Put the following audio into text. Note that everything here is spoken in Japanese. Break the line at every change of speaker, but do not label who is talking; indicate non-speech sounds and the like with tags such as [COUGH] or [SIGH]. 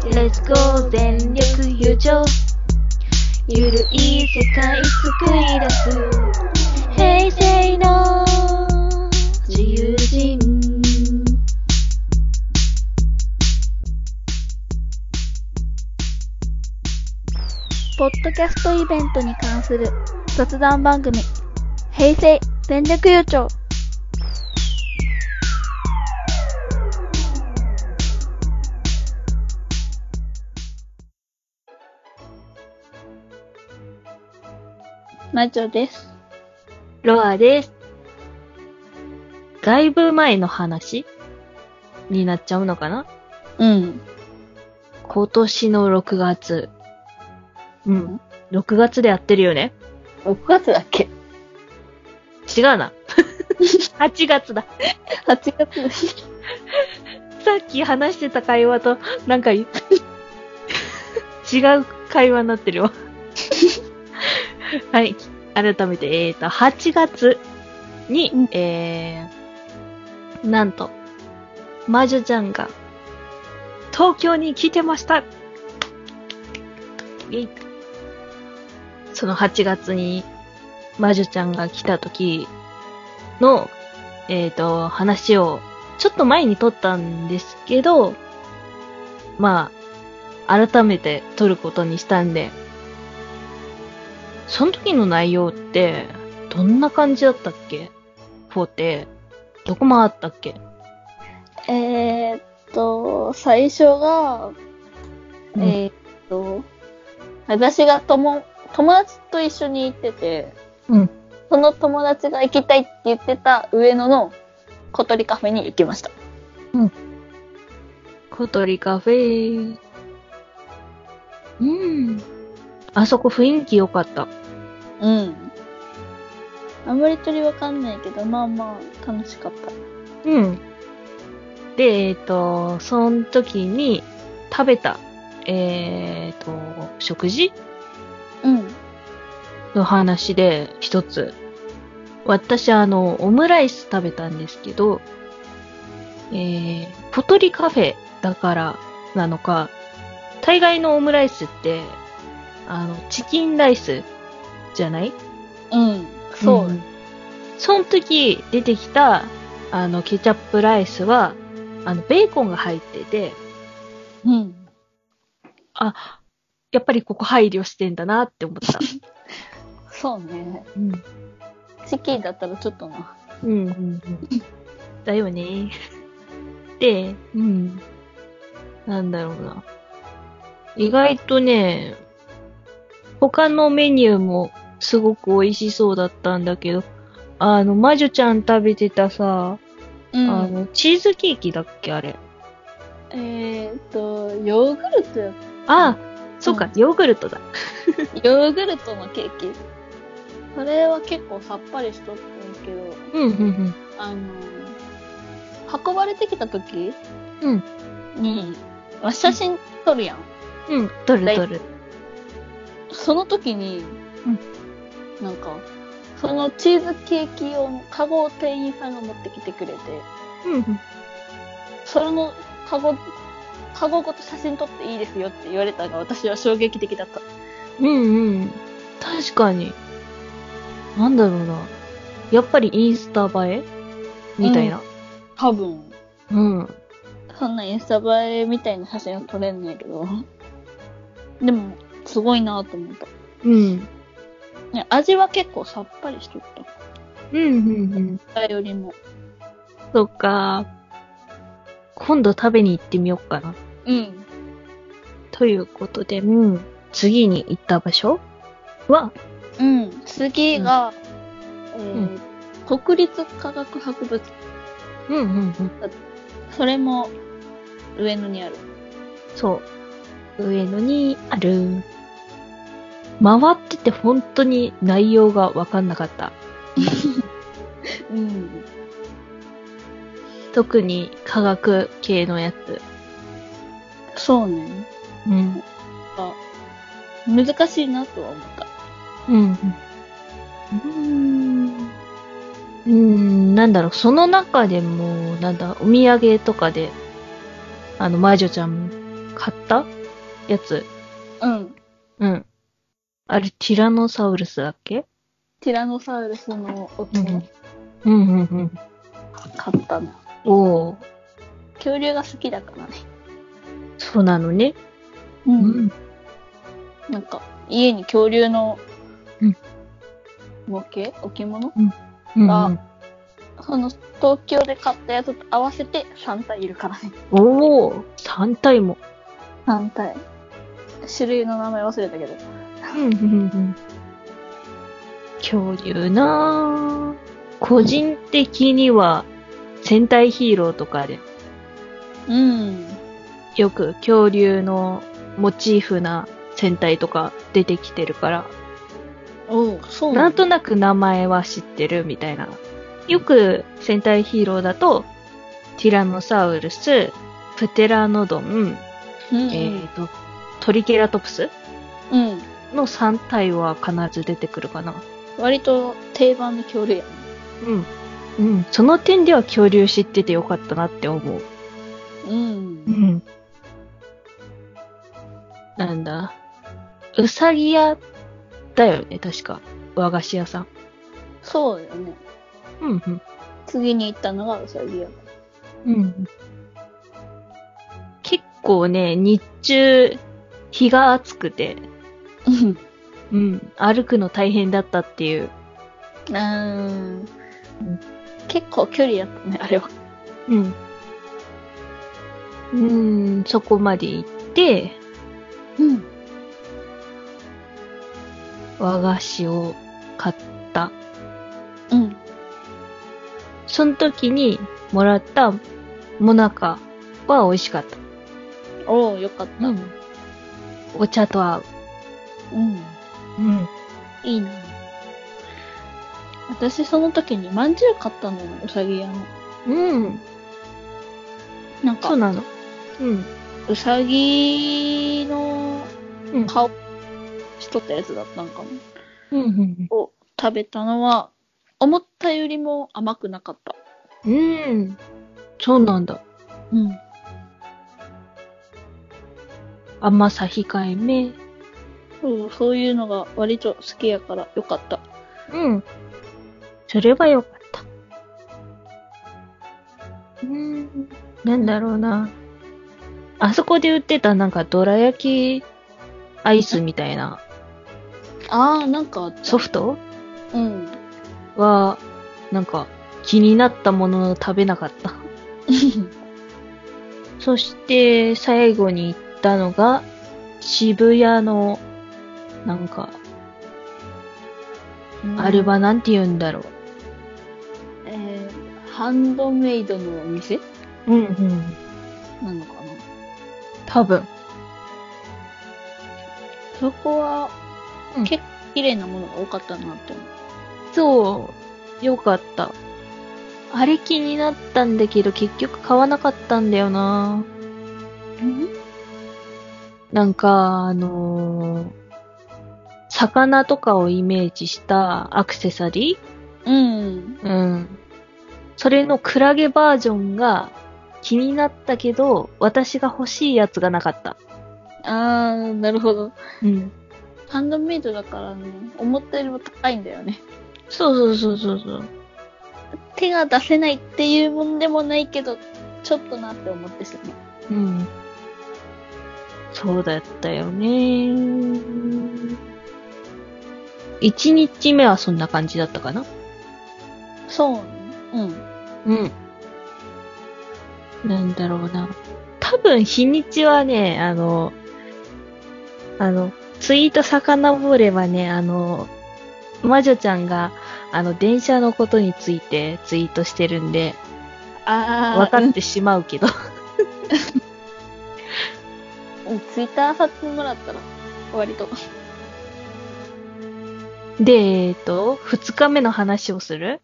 こう全力友情ゆるい世界作り出す平成の自由人ポッドキャストイベントに関する雑談番組平成全力友情魔女です。
ロアです。外部前の話になっちゃうのかな
うん。
今年の6月。うん。6月でやってるよね
6月だっけ
違う
[LAUGHS]
な。8月だ。
?8 月
さっき話してた会話と、なんかい、 [LAUGHS] 違う会話になって
[LAUGHS]
るわ。はい。改めて、えーと、8月に、
うん
えー、なんと、魔女ちゃんが、東京に来てましたイェイその8月に、魔女ちゃんが来た時の、えーと、話をちょっと前に撮ったんですけど、まあ、改めて撮ることにしたんで、その時の内容って、どんな感じだったっけフォーテ、どこ回ったっけ
えーっと、最初が、
うん
えーっと、私がとも友達と一緒に行ってて、
うん
その友達が行きたいって言ってた上野の小鳥カフェに行きました。
小鳥カフェ。うん。あそこ雰囲気良かった。
うん。あんまり鳥わかんないけど、まあまあ楽しかった。
うん。で、えっ、と、その時に食べた、えっ、と、食事
うん。
の話で一つ。私、あの、オムライス食べたんですけど、えー、ポトリカフェだからなのか、大概のオムライスって、あの、チキンライスじゃない
うん。そう。
んその時出てきた、あの、ケチャップライスは、あの、ベーコンが入ってて、
うん。
やっぱりここ配慮してんだなって
[LAUGHS]
思った。
そうね。
うん。
チキンだったらちょっとな。
うんうんうん。だよ [LAUGHS] ね。で、うん。なんだろうな。意外とね、他のメニューもすごく美味しそうだったんだけど、あの、魔女ちゃん食べてたさ、
う
あの、チーズケーキだっけあれ。
えーっと、ヨーグルトやっ
あ、そうか、ヨーグルトだ。
ヨーグルトのケーキ。これは結構さっぱりしとったんですけど、
うんうん
あの、運ばれてきた時
うん
に、まあ写真撮るやん。
うん。うん、取る取る。
その時に、
うん
なんか、そのチーズケーキ用のカゴを店員さんが持ってきてくれて、
うんうん。
それのカゴ、カゴごと写真撮っていいですよって言われたのが私は衝撃的だった。
うんうん。確かに。なんだろうな。やっぱりインスタ映えみたいな。
多分、
うん。
そんなインスタ映えみたいな写真は撮れんねんけど。でも、すごいなと思った。
うん。
ね、味は結構さっぱりしとった。
うんうんうん。
他よりも。
そっか。今度食べに行ってみようかな。
うん。
ということで、うん。次に行った場所は、
うん。次が、え
う
ー国立科学博物館。
うんうんうん。
それも、上野にある。
そう。上野にある。回ってて本当に内容がわかんなかった。
うん。
特に科学系のやつ。
そうね。
うん。
あ難しいなとは思った。
うん。うーん、なんだろう、その中でも、なんだ、お土産とかで、あの、魔女ちゃん買ったやつ。
うん。
うん。あれ、ティラノサウルスだっけ
ティラノサウルスの大き
うん
な
うんうんうん。
買ったな。
おお、
恐竜が好きだからね。
そうなのね。
う
う。ん。
なんか、家に恐竜の
うん
模型置物
うん、うん
あ。その東京で買ったやつと合わせて3体いるからね。
おお、3体も。
3体。種類の名前忘れたけど。
うんうんうん。恐竜なぁ。個人的には、戦隊ヒーローとかで、
うん。
よく恐竜のモチーフな戦隊とか出てきてるから、
おう、そう
なんんとなく名前は知ってるみたいな。よく戦隊ヒーローだと、ティラノサウルス、プテラノドン、
うん。
えーと、トリケラトプス
うん。
の3体は必ず出てくるかな。
割と定番の恐竜やね。
うん。うん。その点では恐竜知っててよかったなって思う。
うん
ん。なんだ。うさぎ屋だよね、確か。和菓子屋さん。
そうだよね。
うんうん。
次に行ったのがウサギや。
うん。結構ね、日中、日が暑くて、
うん。
うん、歩くの大変だったっていう。
うん。結構距離やったね、あれは。
うん。うん、そこまで行って、
うん。
和菓子を買った。
うん。
その時にもらったもなかは美味しかった。
おう、よかった。
ん。お茶と合う。
うん。
うん。
いいな。私その時にまんじゅう買ったのよ、うさぎ屋の。
うん。
なん
そう
か、
なの。うん。
うさぎの
うん
顔しとったやつだったんかな。
うんうん
を食べたのは、思ったよりも甘くなかった。
うん。うん。そうなんだ。
うん。
甘さ控えめ。
そう、そういうのが割と好きやからよかった。
うん。それはよかった。うん。なんだろうな。あそこで売ってたなんかどら焼きアイスみたいな
ああ、なんか、
ソフト
[LAUGHS] うん。
は、なんか気になったものの食べなかった。そして最後に行ったのが渋谷のなんか、あれはなんて言うんだろ
えー、ハンドメイドのお店
う。うんうん。
なのかな
多分。
そこは、
うん
結構綺麗なものが多かったなって思う。
そう、よかった。あれ気になったんだけど、結局買わなかったんだよな。なんか、あのー魚とかをイメージしたアクセサリ
うん。
ーうん。それのクラゲバージョンが気になったけど、私が欲しいやつがなかった。
あー、なるほど。
うん。
ハンドメイドだからね、思ったよりも高いんだよね。
そうそうそうそうそう。
手が出せないっていうもんでもないけど、ちょっとなって思ってしま
うん。そうだったよね。一日目はそんな感じだったかな。
う。そうね。うん。
うん。なんだろうな。多分日にちはね、あの、あの、ツイート遡ればね、あの、魔女ちゃんが、あの、電車のことについてツイートしてるんで、
あ
分かってしまうけど。
ツイッター貼ってもらったら、割と。
で、えっと、二日目の話をする